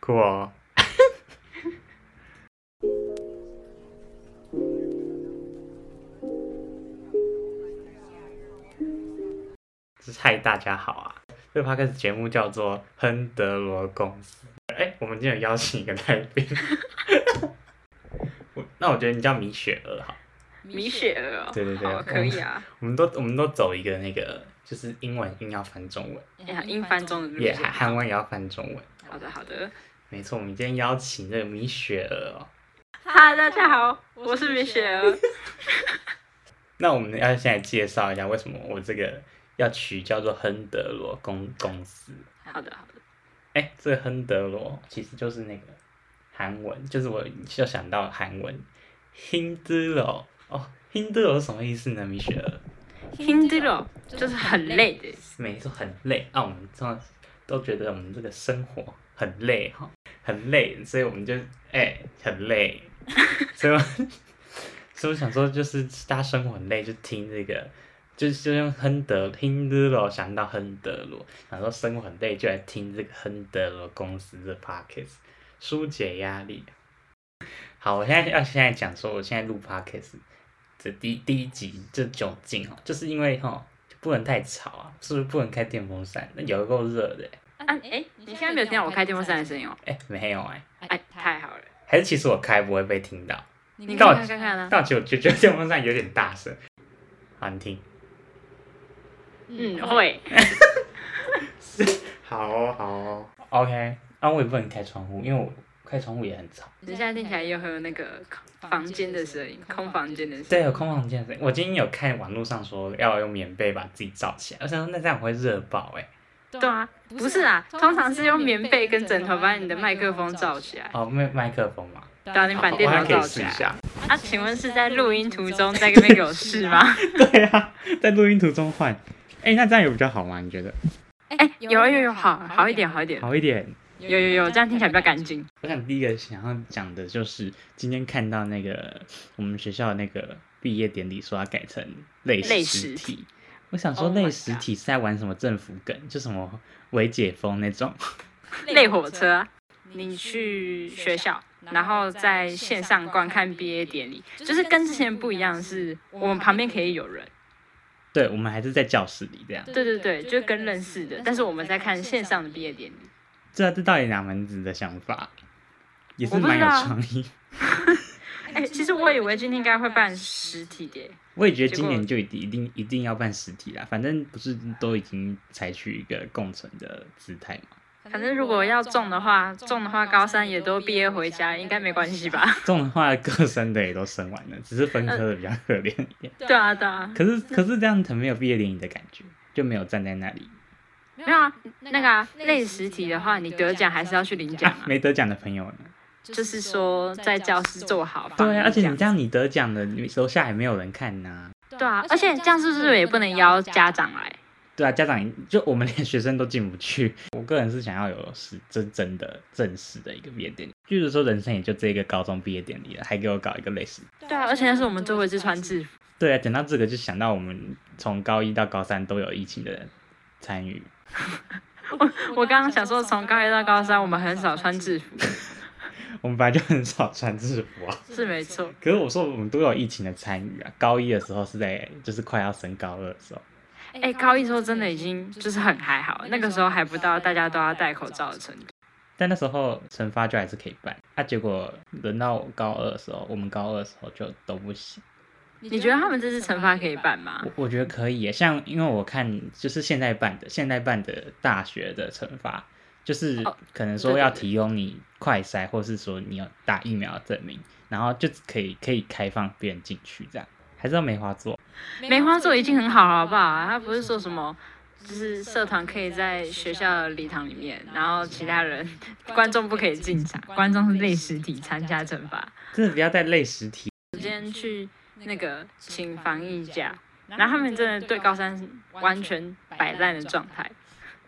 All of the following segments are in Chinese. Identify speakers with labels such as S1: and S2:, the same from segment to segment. S1: 酷 哦。嗨，大家好啊！这 podcast 节目叫做《亨德罗公司》。哎，我们今天有邀请一个来宾， 我那我觉得你叫米雪儿好。
S2: 米雪儿哦，
S1: 对对对，
S2: 好可以啊。
S1: 我们都我们都走一个那个，就是英文硬要翻中文，
S2: 呀，英翻中的路
S1: 也
S2: 线。
S1: 韩韩文也要翻中文。
S2: 好的，好的。
S1: 没错，我们今天邀请这个米雪儿哦。
S2: 嗨，大家好，我是米雪儿。
S1: 那我们要先来介绍一下为什么我这个要取叫做亨德罗公公司。
S2: 好的，好的。
S1: 哎、这个亨德罗其实就是那个韩文，就是我就想到韩文 hindro 哦，hindro 是什么意思呢？米雪儿，
S2: 听这种就是很累的，
S1: 每次很累啊，我们这样都觉得我们这个生活很累哈，很累，所以我们就哎、很累，所以我 所以我想说，就是大家生活很累，就听这个。就是就用亨德听德罗想到亨德罗，想说生活很累，就来听这个亨德罗公司的 podcast，疏解压力。好，我现在要现在讲说，我现在录 podcast 这第第一集这窘境哦，就是因为哈不能太吵啊，是不是不能开电风扇？那有够热的欸
S2: 啊，哎，你现在没有听到我开电风扇的声音哦？
S1: 哎、没有哎、
S2: 哎，太好了，
S1: 还是其实我开不会被听到，
S2: 你
S1: 到
S2: 看
S1: 底
S2: 看看啊。
S1: 但我觉得我就觉得电风扇有点大声，好你听。
S2: 嗯，会。
S1: 好哦，好哦，OK。啊，我也不能开窗户，因为我开窗户也很吵。
S2: 你现在听起来又很有那个房间的声音，空房间的声音。
S1: 对，有空房间的声音。我今天有看网络上说要用棉被把自己罩起来，我想说那这样我会热爆哎、
S2: 对啊，不是啊，通常是用棉被跟枕头把你的麦克风罩起来，
S1: 哦，麦麦克风嘛，
S2: 把你把
S1: 好
S2: 电
S1: 我还
S2: 脑
S1: 可以
S2: 罩
S1: 试
S2: 起
S1: 一
S2: 来。
S1: 下。
S2: 啊，请问是在录音途中在那边给我试吗？
S1: 对啊，在录音途中换。哎、那这样有比较好吗？你觉得？
S2: 哎，有有有，好好一点，好一点。
S1: 好一点。
S2: 有有有，这样听起来比较干净。
S1: 我想第一个想要讲的就是今天看到那个我们学校的那个毕业典礼说要改成类
S2: 类
S1: 实
S2: 实
S1: 体，我想说
S2: Oh
S1: 类
S2: my
S1: 实
S2: God
S1: 体是在玩什么政府梗，就什么伪解封那种。
S2: 类火车啊，你去学校，然后在线上观看毕业典礼，就是跟之前不一样，是我们旁边可以有人。
S1: 对，我们还是在教室里这样。
S2: 对对对，就跟认识的，但是我们在看线上的毕业典礼。
S1: 这这到底哪门子的想法？也是
S2: 我不
S1: 蛮
S2: 知
S1: 有
S2: 道
S1: 创意。
S2: 哎，其实我以为今天应该会办实体的耶，
S1: 我也觉得
S2: 结
S1: 今
S2: 果
S1: 年就一定一定一定要办实体啦，反正不是都已经采取一个共存的姿态嘛。
S2: 反正如果要中的话，中的话高三也都毕业回家，应该没关系吧？
S1: 这种的话，各生的也都生完了，只是分科的比较可怜一点。
S2: 对啊对啊，
S1: 可是可是这样很没有毕业典礼的感觉，就没有站在那里。
S2: 没有啊，那个啊，类实体的话，你得奖还是要去领奖
S1: 啊
S2: 啊，。
S1: 没得奖的朋友呢？
S2: 就是说在教室做好吧
S1: 对啊，而且你
S2: 这
S1: 这样你得奖了，你楼下也没有人看呐、
S2: 对啊，而且这样是不是也不能邀家长来？
S1: 对啊，家长就我们连学生都进不去。我个人是想要有是真正的正式的一个毕业典礼，就是说人生也就这一个高中毕业典礼了，还给我搞一个类似。
S2: 对啊，而且那是我们最后一次穿制服。
S1: 对啊，讲到这个就想到我们从高一到高三都有疫情的参与，
S2: 我刚刚想说，从高一到高三，我们很少穿制服，
S1: 我们本来就很少穿制服啊。
S2: 是没错。
S1: 可是我说我们都有疫情的参与啊，高一的时候是在就是快要升高二的时候。
S2: 哎，高一时候真的已经就是很还好，那个时候还不到大家都要戴口罩的程度。
S1: 但那时候惩罚就还是可以办，啊，结果轮到我高二的时候，我们高二的时候就都不行。
S2: 你觉得他们这次惩罚可以办吗？
S1: 我我觉得可以耶，像因为我看就是现在办的，现在办的大学的惩罚，就是
S2: 哦
S1: 可能说要
S2: 对对对
S1: 提供你快筛，或是说你有打疫苗的证明，然后就可以可以开放别人进去这样，还是要梅花座。
S2: 梅花座已经很好了，好不好？他不是说什么，就是社团可以在学校礼堂里面，然后其他人观众不可以进场，观众是类实体参加惩罚。
S1: 真的不要再累实体。
S2: 我今天去那个请防疫假，然后他们真的对高三完全摆烂的状态。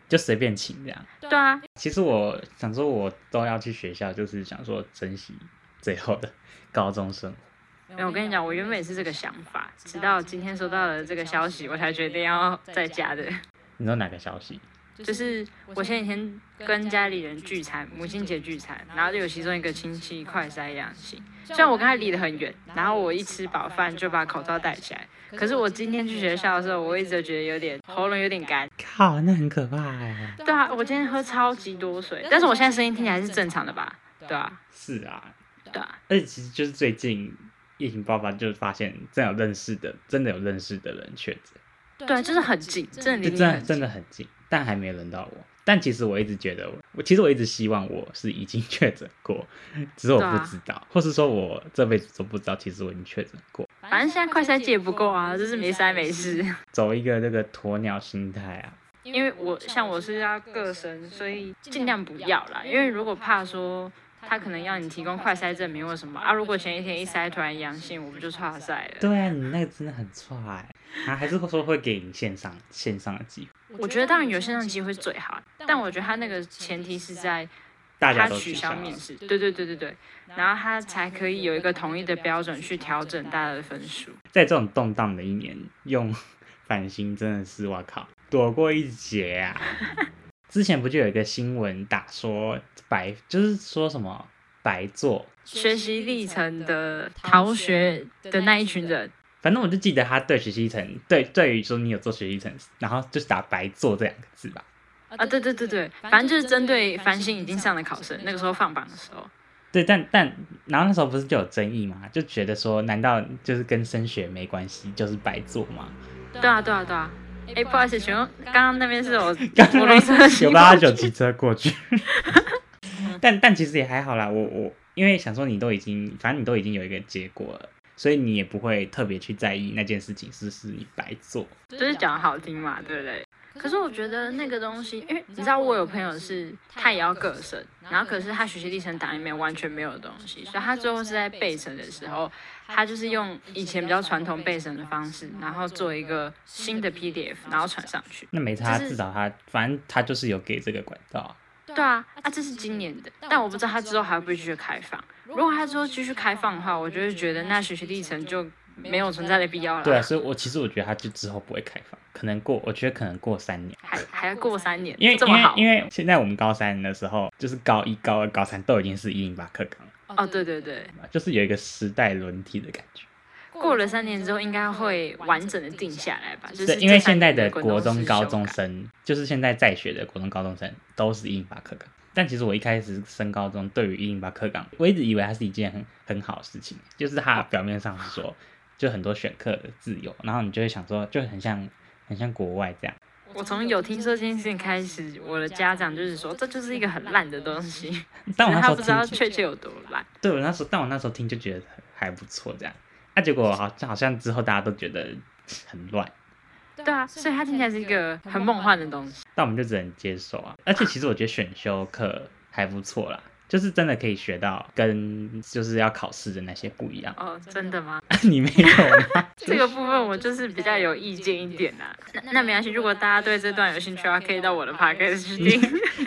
S1: 就随便请这样。
S2: 对啊，
S1: 其实我想说，我都要去学校，就是想说珍惜最后的高中生活。
S2: 没有我跟你讲，我原本也是这个想法，直到今天收到了这个消息，我才决定要在家的。
S1: 你知道哪个消息？
S2: 就是我前几天跟家里人聚餐，母亲节聚餐，然后就有其中一个亲戚快筛阳性，虽然我跟他离得很远，然后我一吃饱饭就把口罩戴起来，可是我今天去学校的时候，我一直觉得有点喉咙有点干。
S1: 靠，那很可怕哎。
S2: 对啊，我今天喝超级多水，但是我现在声音听起来是正常的吧？对啊，
S1: 是啊，
S2: 对啊，
S1: 而且其实就是最近疫情爆发，就是发现真的有认识的，真的有认识的人确诊，
S2: 对啊，就是很近，真的
S1: 就
S2: 离
S1: 真的
S2: 你很
S1: 真
S2: 近。
S1: 的很近，但还没轮到我。但其实我一直觉得我，我其实我一直希望我是已经确诊过， 只是我
S2: 对啊
S1: 不知道，或是说我这辈子都不知道，其实我已经确诊过。
S2: 反正现在快筛剂也不够啊，就是没筛没事。。
S1: 走一个这个鸵鸟心态 啊，
S2: 因为我像我是要个申，所以尽量不要啦。因为如果怕说他可能要你提供快筛证明或什么啊，如果前一天一筛突然阳性，我不就差赛了？
S1: 对啊，你那个真的很差哎、啊，还是说会给你线上线上的机会，
S2: 我觉得当然有线上机会最好，但我觉得他那个前提是在
S1: 大
S2: 他
S1: 家都
S2: 取
S1: 消
S2: 消面试，对对对对对，然后他才可以有一个统一的标准去调整大家的分数。
S1: 在这种动荡的一年，用 反星真的是我靠，躲过一劫啊！ 之前不就有一个新闻打说白，就是说什么白做，
S2: 学习历程的逃学的那一群人，
S1: 反正我就记得他对学习层，对对于说你有做学习层，然后就是打白做这两个字吧。
S2: 啊，对对对对，反正就是针对繁星已经上的考生，那个时候放榜的时候，
S1: 对，但但然后那时候不是就有争议嘛，就觉得说难道就是跟升学没关系，就是白做吗？
S2: 对啊对啊对啊。哎、不好意思，请问刚刚那边是我
S1: 刚
S2: 摩托车骑
S1: 有
S2: 过
S1: 八
S2: 去
S1: 九骑车过去，
S2: 嗯
S1: 但但其实也还好啦。我我因为想说你都已经，反正你都已经有一个结果了，所以你也不会特别去在意那件事情是不是你白做。
S2: 就是讲得好听嘛，对不对？可是我觉得那个东西，因为你知道我有朋友是他也要个审，然后可是他学习历程档里面完全没有的东西，所以他最后是在备审的时候，他就是用以前比较传统备审的方式，然后做一个新的 PDF，然后传上去。
S1: 那没差，
S2: 就是
S1: 至少他反正他就是有给这个管道啊。
S2: 对啊，啊这是今年的，但我不知道他之后还会不会继续开放。如果他之后继续开放的话，我就会觉得那学习历程就没有存在的必要了。
S1: 对啊，所以我其实我觉得他就之后不会开放，可能过，我觉得可能过三年。
S2: 还还要过三年，
S1: 因为
S2: 这么好
S1: 因为因为现在我们高三的时候，就是高一、高二、高三都已经是一零八课纲了
S2: 哦，对对对，
S1: 嘛，就是有一个时代轮替的感觉。
S2: 过了三年之后应该会完整的定下来吧？就是
S1: 对，因为
S2: 这三
S1: 现在
S2: 年
S1: 的
S2: 滚
S1: 国
S2: 动
S1: 中
S2: 式
S1: 高
S2: 修
S1: 中
S2: 改
S1: 生，就是现在在学的国中高中生，都是一零八课纲。但其实我一开始升高中，对于一零八课纲，我一直以为它是一件很很好的事情，就是它表面上是说，就很多选课的自由，然后你就会想说，就很像很像国外这样。
S2: 我从有听说这件事情开始，我的家长就是说这就是一个很烂的东西，
S1: 但我那
S2: 只是
S1: 时
S2: 他
S1: 候
S2: 不知道
S1: 听，
S2: 确切有多烂。
S1: 对我那时候，但我那时候听就觉得还不错这样。啊，结果好像好像之后大家都觉得很乱，
S2: 对啊，所以它听起来是一个很梦幻的东西。
S1: 但我们就只能接受啊。而且其实我觉得选修课还不错啦，就是真的可以学到跟就是要考试的那些不一样。啊
S2: 哦，真的吗？
S1: 你没有吗？
S2: 这个部分我就是比较有意见一点啦。那那没关系，如果大家对这段有兴趣的话，可以到我的 podcast 去听。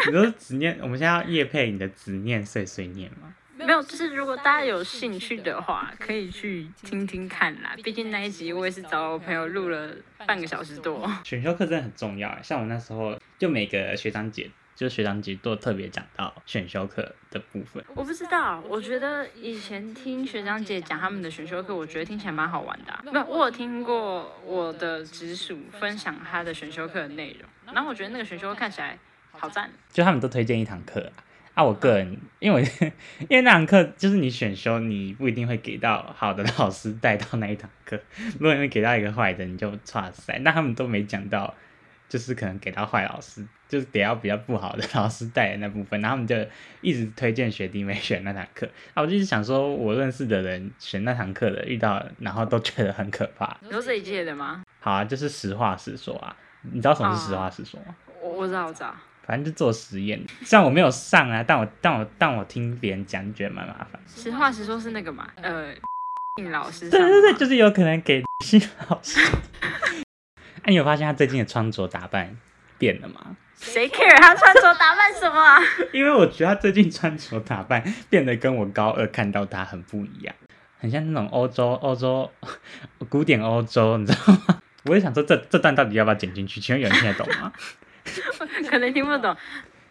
S1: 你都是执念，我们现在要夜配你的执念碎碎念吗？
S2: 没有，就是如果大家有兴趣的话，可以去听听看啦。毕竟那一集我也是找我朋友录了半个小时 多。
S1: 选修课真的很重要欸，像我那时候就每个学长姐，就是学长姐都特别讲到选修课的部分。
S2: 我不知道，我觉得以前听学长姐讲他们的选修课，我觉得听起来蛮好玩的、啊。没有，我有听过我的直属分享他的选修课的内容，然后我觉得那个选修课看起来好赞。
S1: 就他们都推荐一堂课啊。啊，我个人因为我 因为那堂课就是你选修，你不一定会给到好的老师带到那一堂课。如果你会给到一个坏的，你就差塞。那他们都没讲到，就是可能给到坏老师，就是给到比较不好的老师带的那部分。然后他们就一直推荐学弟妹选那堂课。啊，我就一直想说，我认识的人选那堂课的，遇到然后都觉得很可怕。
S2: 你说这一届的吗？
S1: 好啊，就是实话实说啊。你知道什么是实话实说吗？
S2: 我我知道，我知道。
S1: 反正就做实验。虽然我没有上啊，但我但我但我听别人讲，觉得蛮麻烦。
S2: 实话实说，是那个嘛，呃， 应老师
S1: 对
S2: 上的
S1: 对对，
S2: 吗
S1: 就是有可能给新老师。哎、你有发现他最近的穿着打扮变了吗？
S2: 谁 care 他穿着打扮什么啊？
S1: 因为我觉得他最近穿着打扮变得跟我高二看到他很不一样，很像那种欧洲欧洲 古典欧洲，你知道吗？我也想说这这段到底要不要剪进去？请问有人听得懂吗？
S2: 可能听不懂。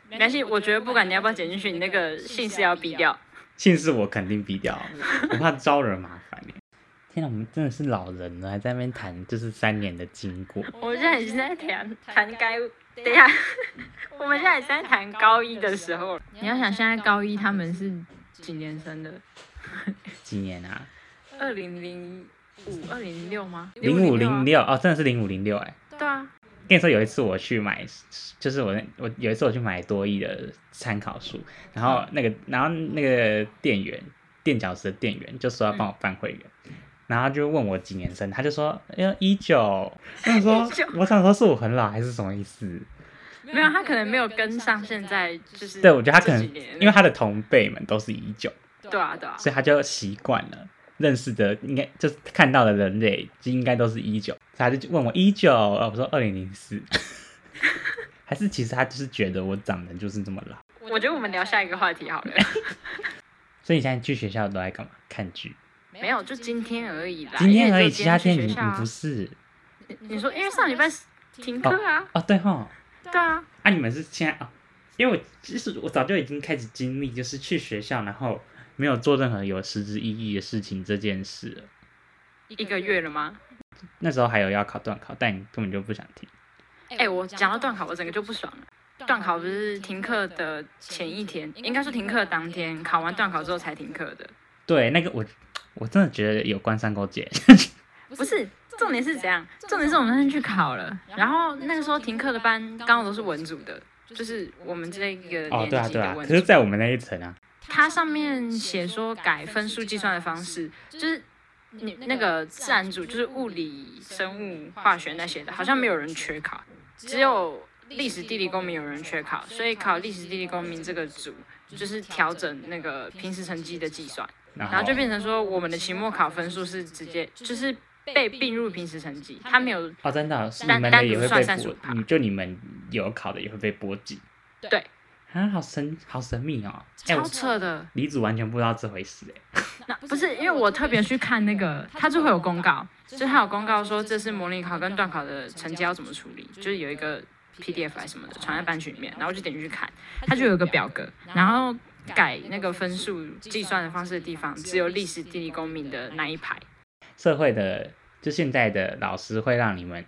S2: 没关系，我觉得不管你要不要剪进去，你那个姓氏要逼掉。
S1: 姓氏我肯定毙掉，我怕招惹麻烦耶。天哪，我们真的是老人了，还在那边谈就是三年的经过。
S2: 我现在已经在谈谈该，等一下，我们现在已经在谈高一的时候了。你要想，现在高一他们是几年生的？
S1: 几年啊？
S2: 二零零五、二零零六吗？
S1: 零五零
S2: 六。啊
S1: 六哦，真的是零五零六哎。
S2: 对啊，
S1: 跟你说有一次我去买，就是我那我有一次我去买多益的参考书，然后那个然后那个店员垫脚石的店员就说要帮我办会员，然后他就问我几年生，他就说要一九，我想说我想说是我很老还是什么意思？
S2: 没有，他可能没有跟上现在，就是
S1: 对，我觉得他可能
S2: 这几年
S1: 因为他的同辈们都是一九，
S2: 对啊对啊，
S1: 所以他就习惯了。认识的应该就是看到的人类，就应该都是一九，他就问我一九，呃我说二零零四， 还是其实他就是觉得我长得就是这么老，
S2: 我觉得我们聊下一个话题好 了。
S1: 所以你现在去学校都在干嘛？看剧？
S2: 没有，就今天而已啦。
S1: 今天而
S2: 因
S1: 已，
S2: 为
S1: 其他
S2: 就今
S1: 天你
S2: 去学校
S1: 你
S2: 啊
S1: 不是？
S2: 你说，因为上礼拜停课啊，
S1: 哦，对哈，
S2: 对啊，
S1: 啊，你们是现在哦，因为我其实我早就已经开始经历，就是去学校然后没有做任何有实质意义的事情这件事了。
S2: 一个月了吗？
S1: 那时候还有要考段考，但你根本就不想听。
S3: 哎、
S2: 哎，
S3: 我
S2: 我
S3: 讲
S2: 讲
S3: 到
S2: 到
S3: 段
S2: 段
S3: 考，
S2: 考，
S3: 我
S2: 我
S3: 整个
S2: 整个
S3: 就
S2: 就
S3: 不
S2: 不
S3: 爽
S2: 爽
S3: 了
S2: 了。。
S3: 段
S2: 段
S3: 考
S2: 考
S3: 不
S2: 不
S3: 是
S2: 是
S3: 停
S2: 停
S3: 课
S2: 课
S3: 的
S2: 的
S3: 前
S2: 前
S3: 一
S2: 一
S3: 天
S2: 天，，
S3: 应
S2: 应
S3: 该
S2: 该
S3: 说
S2: 说
S3: 停
S2: 停
S3: 课
S2: 课
S3: 当
S2: 当
S3: 天
S2: 天，
S3: 考
S2: 考
S3: 完
S2: 完
S3: 段
S2: 段
S3: 考
S2: 考
S3: 之
S2: 之
S3: 后
S2: 后
S3: 才
S2: 才
S3: 停
S2: 停
S3: 课
S2: 课
S3: 的
S2: 的。。
S1: 对，那个我我真的觉得有官商勾结。
S3: 不
S2: 不
S3: 是
S2: 是，
S3: 重
S2: 重
S3: 点
S2: 点
S3: 是
S2: 是
S3: 怎
S2: 怎
S3: 样
S2: 样？？
S3: 重
S2: 重
S3: 点是
S2: 点是
S3: 我
S2: 我
S3: 们
S2: 们
S3: 那
S2: 那
S3: 天
S2: 天
S3: 去
S2: 去
S3: 考
S2: 考
S3: 了
S2: 了，，
S3: 然
S2: 然
S3: 后
S2: 后
S3: 那个
S2: 那个
S3: 时
S2: 时
S3: 候
S2: 候
S3: 停
S2: 停
S3: 课
S2: 课
S3: 的
S2: 的
S3: 班
S2: 班
S3: 刚
S2: 刚
S3: 好
S2: 好
S3: 都
S2: 都
S3: 是
S2: 是
S3: 文
S2: 文
S3: 组
S2: 组
S3: 的
S2: 的，，
S3: 就
S2: 就是是
S3: 我
S2: 我
S3: 们
S2: 们
S3: 这
S2: 这
S3: 个
S2: 个
S1: 哦
S3: 年
S1: 对啊
S3: 纪
S1: 对
S3: 的
S1: 啊
S3: 文
S1: 可是
S3: 组
S1: 在我们那一层啊，
S3: 它
S2: 它
S3: 上
S2: 上
S3: 面
S2: 面
S3: 写
S2: 写
S3: 说
S2: 说
S3: 改
S2: 改
S3: 分
S2: 分
S3: 数
S2: 数
S3: 计
S2: 计
S3: 算
S2: 算
S3: 的
S2: 的
S3: 方
S2: 方
S3: 式
S2: 式，
S3: 就
S2: 就是是
S3: 你
S2: 你
S3: 那
S2: 那
S3: 个
S2: 个
S3: 自
S2: 自
S3: 然
S2: 然
S3: 组
S2: 组，
S3: 就
S2: 就是是
S3: 物
S2: 物
S3: 理
S2: 理、
S3: 生
S2: 生
S3: 物
S2: 物、
S3: 化
S2: 化
S3: 学
S2: 学
S3: 那
S2: 那
S3: 些
S2: 些
S3: 的
S2: 的，
S3: 好
S2: 好
S3: 像
S2: 像
S3: 没
S2: 没
S3: 有
S2: 有
S3: 人
S2: 人
S3: 缺
S2: 缺
S3: 考
S2: 考，
S3: 只
S2: 只
S3: 有
S2: 有
S3: 历
S2: 历
S3: 史
S2: 史、
S3: 地
S2: 地
S3: 理
S2: 理、
S3: 公
S2: 公
S3: 民
S2: 民
S3: 有
S2: 有
S3: 人
S2: 人
S3: 缺
S2: 缺
S3: 考
S2: 考，
S3: 所
S2: 所
S3: 以
S2: 以
S3: 考
S2: 考
S3: 历
S2: 历
S3: 史
S2: 史、
S3: 地
S2: 地
S3: 理
S2: 理、
S3: 公
S2: 公
S3: 民
S2: 民
S3: 这
S2: 这
S3: 个
S2: 个
S3: 组
S2: 组，
S3: 就
S2: 就是是
S3: 调
S2: 调
S3: 整
S2: 整
S3: 那
S2: 那
S3: 个
S2: 个
S3: 平
S2: 平
S3: 时
S2: 时
S3: 成
S2: 成
S3: 绩
S2: 绩
S3: 的
S2: 的
S3: 计
S2: 计
S3: 算
S2: 算，
S1: 然
S2: 然后就
S1: 后
S2: 变成说我们的期末考分数是直接就是被并入平时成绩，它没有
S1: 哦，真的哦、是你
S2: 单
S1: 们的
S2: 单
S1: 也
S2: 独
S1: 会
S2: 算
S1: 被
S2: 35
S1: 波，
S2: 趴
S1: 你就你们有考的也会被波及。
S2: 对
S1: 啊，好神，好神秘哦！哎、
S2: 超
S1: 我
S2: 扯的。
S1: 李子完全不知道这回事哎。
S3: 那
S2: 不
S3: 不
S2: 是
S3: 是
S2: 因
S3: 因
S2: 为
S3: 为
S2: 我
S3: 我
S2: 特
S3: 特
S2: 别
S3: 别
S2: 去
S3: 去
S2: 看
S3: 看
S2: 那
S3: 那
S2: 个
S3: 个，，
S2: 它
S3: 它
S2: 就
S3: 就
S2: 会
S3: 会
S2: 有
S3: 有
S2: 公
S3: 公
S2: 告
S3: 告，，
S2: 就
S3: 就是是
S2: 它
S3: 它
S2: 有
S3: 有
S2: 公
S3: 公
S2: 告
S3: 告
S2: 说
S3: 说
S2: 这
S3: 这
S2: 次
S3: 次
S2: 模
S3: 模
S2: 拟
S3: 拟
S2: 考
S3: 考
S2: 跟
S3: 跟段
S2: 段考
S3: 考
S2: 的
S3: 的
S2: 成
S3: 成
S2: 绩
S3: 绩
S2: 要
S3: 要怎
S2: 怎么
S3: 么
S2: 处
S3: 处
S2: 理
S3: 理，，
S2: 就
S3: 就是是
S2: 有
S3: 有
S2: 一
S3: 一
S2: 个
S3: 个
S2: PDF
S3: PDF
S2: 还
S3: 还
S2: 是
S3: 是
S2: 什
S3: 什
S2: 么
S3: 么
S2: 的
S3: 的
S2: 传
S3: 传
S2: 在
S3: 在
S2: 班
S3: 班
S2: 群
S3: 群
S2: 里
S3: 里
S2: 面
S3: 面，，
S2: 然
S3: 然后
S2: 后就
S3: 就
S2: 点
S3: 点
S2: 进
S3: 进去
S2: 去看
S3: 看，，
S2: 它
S3: 它
S2: 就
S3: 就
S2: 有
S3: 有
S2: 一
S3: 一
S2: 个
S3: 个
S2: 表
S3: 表
S2: 格
S3: 格，，
S2: 然
S3: 然
S2: 后
S3: 后
S2: 改
S3: 改
S2: 那
S3: 那
S2: 个
S3: 个
S2: 分
S3: 分
S2: 数
S3: 数
S2: 计
S3: 计
S2: 算
S3: 算
S2: 的
S3: 的
S2: 方
S3: 方
S2: 式
S3: 式
S2: 的
S3: 的
S2: 地
S3: 地
S2: 方
S3: 方，
S2: 只
S3: 只
S2: 有
S3: 有
S2: 历
S3: 历
S2: 史、
S3: 史、
S2: 地
S3: 地
S2: 理、
S3: 理、
S2: 公
S3: 公
S2: 民
S3: 民
S2: 的
S3: 的
S2: 那
S3: 那
S2: 一
S3: 一
S2: 排
S3: 排。。
S1: 社会的，就现在的老师会让你们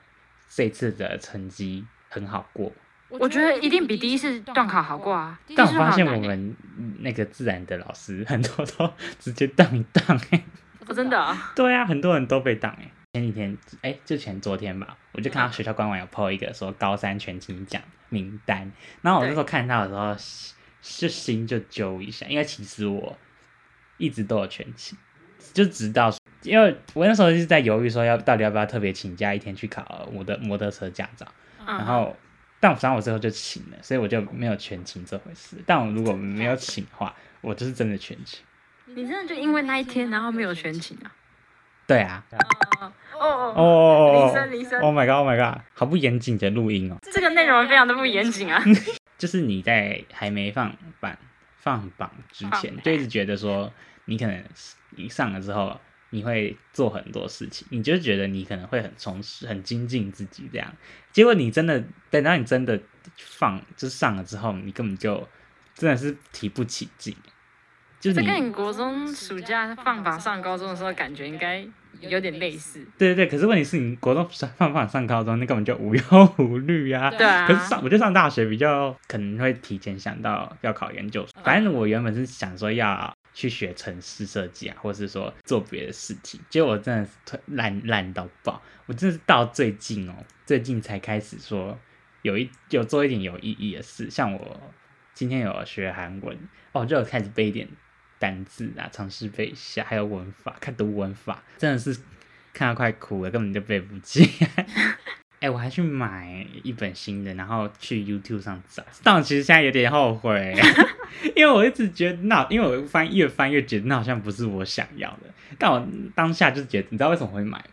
S1: 这次的成绩很好过，
S2: 我
S3: 我
S2: 觉
S3: 觉
S2: 得
S3: 得
S2: 一
S3: 一
S2: 定
S3: 定
S2: 比
S3: 比
S2: 第
S3: 第
S2: 一
S3: 一
S2: 次
S3: 次
S2: 段
S3: 段
S2: 考
S3: 考
S2: 好
S3: 好
S2: 过
S3: 过啊！
S2: 啊。
S1: 但
S2: 第
S1: 我
S2: 一次段
S1: 发
S2: 考
S1: 现
S2: 难
S1: 我
S2: 欸
S1: 们那个自然的老师很多都 直接当一当哎。
S2: 我真的啊
S1: 对啊，很多人都被当哎、前几天，哎、就前昨天吧，我就看到学校官网有 PO 一个说高三全勤奖名单，然后我那时候看到的时候，就心就揪一下，因为其实我一直都有全勤，就直到因为我那时候是在犹豫说要到底要不要特别请假一天去考我的摩托车驾照，
S2: 嗯
S1: 然后但我想我最后就请了，所以我就没有全勤这回事。但我如果没有请的话，我就是真的全勤。
S2: 你真的就因为那一天，然后没有全勤啊？
S1: 对啊，
S2: 哦哦，
S1: 哦，
S2: 铃声铃声
S1: Oh my god，Oh my god，好不严谨的录音哦。
S2: 这个内容非常的不严谨
S1: 嗯
S2: 啊。
S1: 就是你在还没放榜放榜之前
S2: 放，
S1: 就一直觉得说你可能你上了之后，你会做很多事情，你就觉得你可能会很充实、很精进自己这样。结果你真的等到你真的放就上了之后，你根本就真的是提不起劲，就是
S2: 这
S1: 你
S2: 跟你国中暑假放榜上高中的时候感觉应该有点类似。
S1: 对对对，可是问题是你国中放放上高中，那根本就无忧无虑啊。
S2: 对啊
S1: 可是上我就上大学比较可能会提前想到要考研究所，反正我原本是想说要去学城市设计啊，或是说做别的事情，结果我真的是退烂烂到爆，我真的是到最近哦，最近才开始说有一有做一点有意义的事，像我今天有学韩文哦，就有开始背一点单字啊，尝试背一下，还有文法，看读文法，真的是看到快哭了，根本就背不起。哎、我还去买一本新的，然后去 YouTube 上找。但我其实现在有点后悔， 因为我一直觉得那，因为我翻越翻越觉得那好像不是我想要的。但我当下就觉得，你知道为什么会买吗？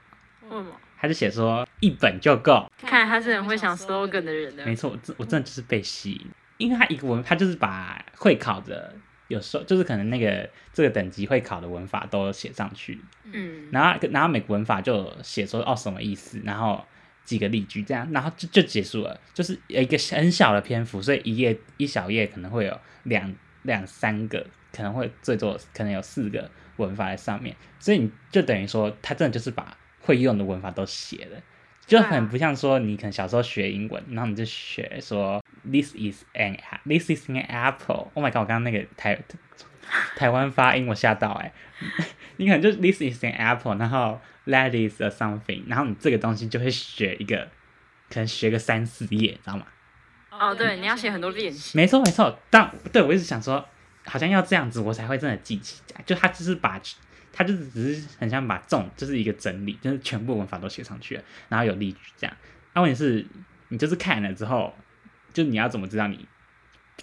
S2: 为什么？
S1: 他就写说一本就够，
S2: 看
S3: 看
S2: 来
S3: 来
S2: 他
S3: 他
S2: 是
S1: 嗯
S3: 是
S2: 很
S3: 很
S2: 会
S3: 会
S2: 想
S3: 想 slogan
S2: slogan
S3: 的
S2: 的人呢
S1: 没。错，我真我真的就是被吸引，因为他一个文，他就是把会考的，有时候就是可能那个这个等级会考的文法都写上去，
S2: 嗯，
S1: 然后然后每个文法就有写说哦什么意思，然后几个例句这样，然后就就结束了，就是一个很小的篇幅，所以一页一小页可能会有两两三个，可能会最多可能有四个文法在上面，所以你就等于说他真的就是把会用的文法都写了。就很不像说你可能小时候学英文，然后你就学说 this is an a- this is an apple。Oh my god！我刚刚那个台台湾发音我吓到哎、 你可能就 this is an apple，然后 that is a something，然后你这个东西就会学一个，可能学个三四页，知道吗？
S2: 哦，对，你要写很多练 习。
S1: 没错没错，但对我一直想说，好像要这样子我才会真的记起来。就他就是把，他就是只是很像把重，就是一个整理，就是全部文法都写上去了，然后有例句这样。那、问题是，你就是看了之后，就你要怎么知道你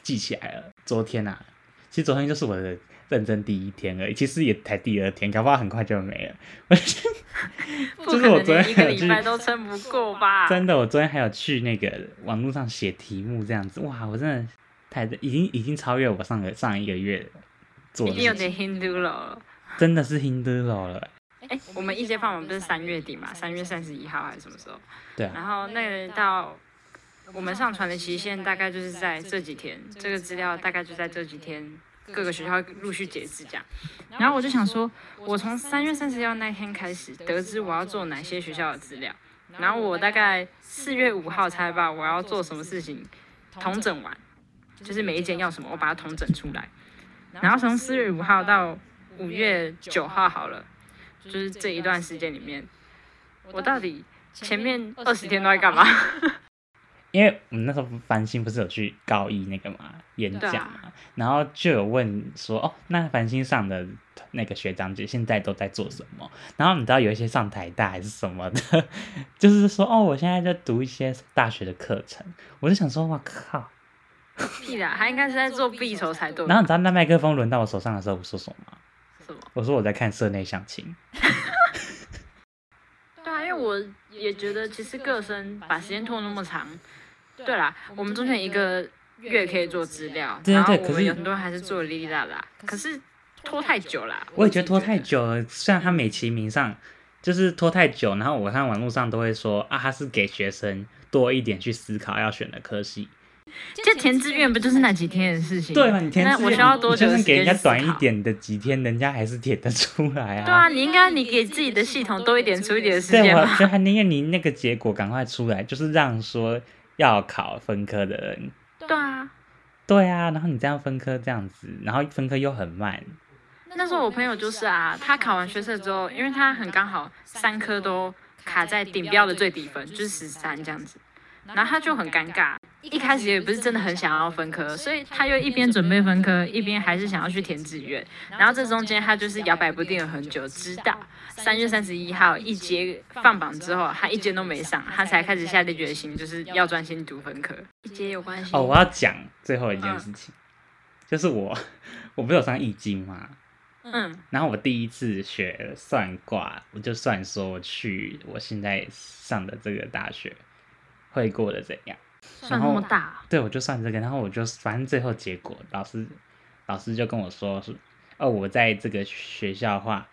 S1: 记起来了？昨天啊，其实昨天就是我的认真第一天而已，其实也才第二天，搞不好很快就没了。我就是
S2: 不可
S1: 是我
S2: 能
S1: 昨
S2: 连
S1: 天
S2: 一个
S1: 还有
S2: 礼
S1: 去
S2: 拜都撑不 够吧？
S1: 真的，我昨天还有去那个网络上写题目这样子，哇，我真的太已经已经超越我上个上一个月做
S2: 已
S1: 的
S2: 经有
S1: 事
S2: 点
S1: 情，
S2: Hindu 了。
S1: 真的是 Hindu 了。
S2: 哎、我们一阶放榜不是三月底嘛？三月三十一号还是什么时候？
S1: 对啊
S2: 然后那个到我们上传的期限大概就是在这几天，这个资料大概就在这几天，各个学校陆续截止这样。然后我就想说，我从三月三十号那天开始得知我要做哪些学校的资料，然后我大概四月五号才把我要做什么事情统整完，就是每一间要什么，我把它统整出来。然后从四月五号到五月九号好了，就是这一段时间里面，我到底前面二十天都在干嘛？
S1: 因为我们那时候繁星不是有去高一那个嘛演
S2: 对
S1: 讲
S2: 啊
S1: 嘛，然后就有问说哦，那繁星上的那个学长姐现在都在做什么？然后你知道有一些上台大还是什么的， 就是说哦，我现在在读一些大学的课程，我就想说，哇靠！
S2: 屁啦，他应该是在做必筹才对。
S1: 然后你知道那麦克风轮到我手上的时候，我说什么吗？
S2: 什么？
S1: 我说我在看社内相亲，
S2: 对啊，因为我也觉得其实个生把时间拖那么长，对啦，我们中间有一个月可以做资料，
S1: 对对
S2: 然后
S1: 对可
S2: 我
S1: 是
S2: 们有很多人还是做哩哩啦啦，可是拖太久啦。
S1: 我也
S2: 自
S1: 觉
S2: 己
S1: 得拖太久了。虽然他美其名上就是拖太久，然后我看网络上都会说啊，他是给学生多一点去思考要选的科系，
S2: 这填志愿不就是那几天的事情？
S1: 对啊嘛？你填
S2: 那
S1: 志
S2: 我
S1: 愿
S2: 需要
S1: 你
S2: 多久
S1: 就算
S2: 的时
S1: 给人家
S2: 间去思
S1: 短一
S2: 考
S1: 点的几天，人家还是填得出来
S2: 对啊，你应该你给自己的系统多一点、出一点时
S1: 对，
S2: 间啊
S1: 我
S2: 吧。
S1: 觉得宁愿你那个结果赶快出来，就是让说要考分科的人，
S2: 对啊，
S1: 对啊，然后你这样分科这样子，然后分科又很慢，
S2: 嗯那时候我朋友就是啊，他考完学测之后，因为他很刚好三科都卡在顶标的最底分，就是十三这样子，然后他就很尴尬。一开始也不是真的很想要分科，所以他又一边准备分科，一边还是想要去填志愿。然后这中间他就是摇摆不定了很久，直到三月三十一号一节放榜之后，他一节都没上，他才开始下定决心，就是要专心读分科。一节有关系
S1: 哦，我要讲最后一件事情，就是我 我不是有上易经嘛，
S2: 嗯，
S1: 然后我第一次学算卦，我就算说我去我现在上的这个大学会过得怎样，
S2: 算那么大啊、
S1: 对我就算这个，然后我就反正最后结果老师老师就跟我说是哦，我在这个学校的话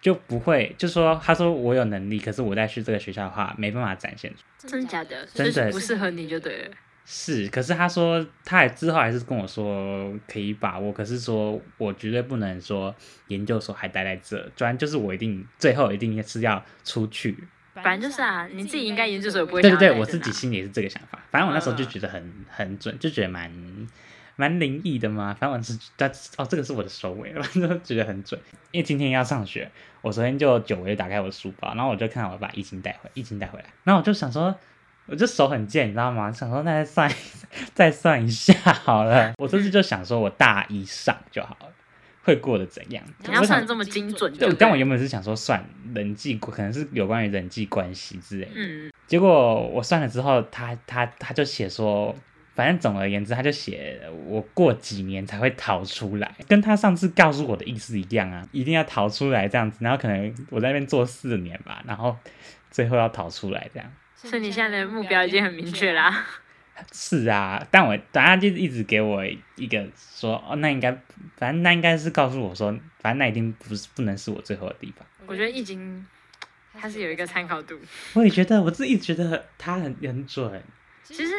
S1: 就不会，就说他说我有能力，可是我在去这个学校的话没办法展现出。
S2: 真的假的？
S1: 真的
S2: 就是不适合你就对了。
S1: 是，可是他说，他还之后还是跟我说可以把握，可是说我绝对不能说研究所还待在这，不然就是我一定最后一定是要出去。
S2: 反正就是啊，你自己应该研究所也不会
S1: 对
S2: 想
S1: 对对，
S2: 要在
S1: 我
S2: 这
S1: 自
S2: 拿
S1: 己心里也是这个想法。反正我那时
S2: 嗯
S1: 候就觉得很、很准，就觉得蛮蛮灵异的嘛。反正我是但哦，这个是我的收尾，我 就觉得很准。因为今天要上学，我昨天就久违地打开我的书包，然后我就看到我把易经带回，易经带回来，然后我就想说。我就手很贱，你知道吗？想说那再算一再算一下好了。我这次就想说，我大一上就好了，会过得怎样？
S2: 你要
S1: 我想
S2: 算的这么精准就
S1: 对
S2: 对，
S1: 但我原本是想说算人际，可能是有关于人际关系之类的。
S2: 嗯，
S1: 结果我算了之后，他他他就写说，反正总而言之，他就写我过几年才会逃出来，跟他上次告诉我的意思一样啊，一定要逃出来这样子。然后可能我在那边做四年吧，然后最后要逃出来这样。
S2: 所以你现在的目标已经很明确啊啦、
S1: 是啊，但我但他就一直给我一个说，哦，那应该，反正那应该是告诉我说，反正那一定不是不能是我最后的地方。
S2: 我觉得易经它是有一个参考度。
S1: 我也觉得，我自己觉得他很很准。
S2: 其实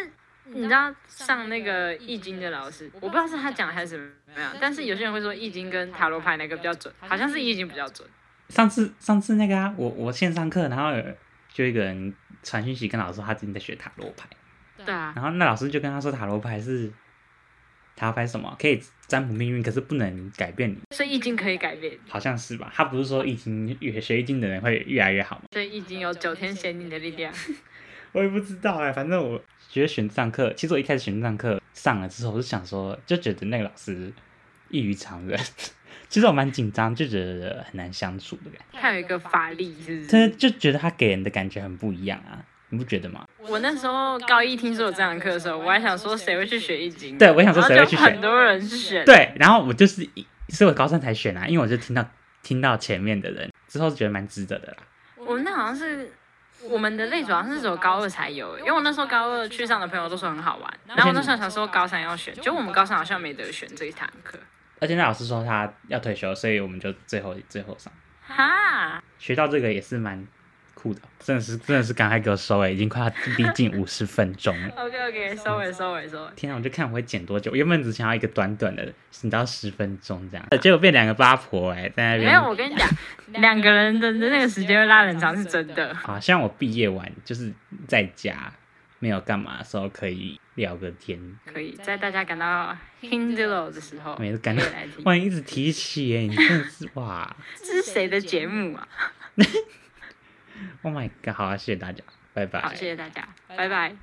S2: 你知道上那个易经的老师，我不知道是他讲还是怎么样，但是有些人会说易经跟塔罗牌哪个比较准，好像是易经比较准。
S1: 上次上次那个啊，我我线上课，然后有就一个人传讯息跟老师说他最近在学塔罗牌，
S2: 对啊，
S1: 然后那老师就跟他说塔罗牌是塔罗牌是什么可以占卜命运，可是不能改变你，
S2: 所以易经可以改变，
S1: 好像是吧？他不是说易经越学易经的人会越来越好吗？
S2: 所以易经有九天玄女的力 量。
S1: 我也不知道哎、反正我觉得选这堂课，其实我一开始选这堂课上了之后，我就想说，就觉得那个老师异于常人， 其实我蛮紧张，就觉得很难相处的感觉，
S2: 它有一个法力，是不
S1: 真
S2: 是？
S1: 的就觉得他给人的感觉很不一样啊，你不觉得吗？
S2: 我那时候高一听说有这堂课的时候，我还想说谁会去学易经？
S1: 对，我想
S2: 然
S1: 说
S2: 后
S1: 谁
S2: 就
S1: 会去
S2: 很
S1: 选？
S2: 多人去选，
S1: 对，然后我就是一，是我高三才选啊，因为我就听到听到前面的人之后，觉得蛮值得的啦。
S2: 我们那好像是我们的类组好像是只有高二才有，因为我那时候高二去上的朋友都说很好玩，然后我那时候想说高三要选，结果我们高三好像没得选这一堂课，
S1: 而且那老师说他要退休，所以我们就最后最后上，
S2: 哈，
S1: 学到这个也是蛮酷的，真的是真的是赶快给我收欸尾，已经快要逼近五十分钟了。
S2: OK OK，收尾收尾收尾。
S1: 天啊，我就看我会剪多久。我原本只想要一个短短的，你到十分钟这样，结果变两个八婆哎、在那
S2: 没有，
S1: 边。
S2: 我跟你讲，两个人的那个时间会拉很长，是真的。
S1: 好像我毕业完就是在家没有干嘛的时候可以聊个天，
S2: 可以在大家感到 Hindulo 的时候，
S1: 每次感到
S2: 可以来听。
S1: 哇，你一直提起耶，你真的是哇
S2: 这是谁的节目啊？
S1: ，Oh my god！好、啊，谢谢大家，拜拜。
S2: 好，谢谢大家，拜拜。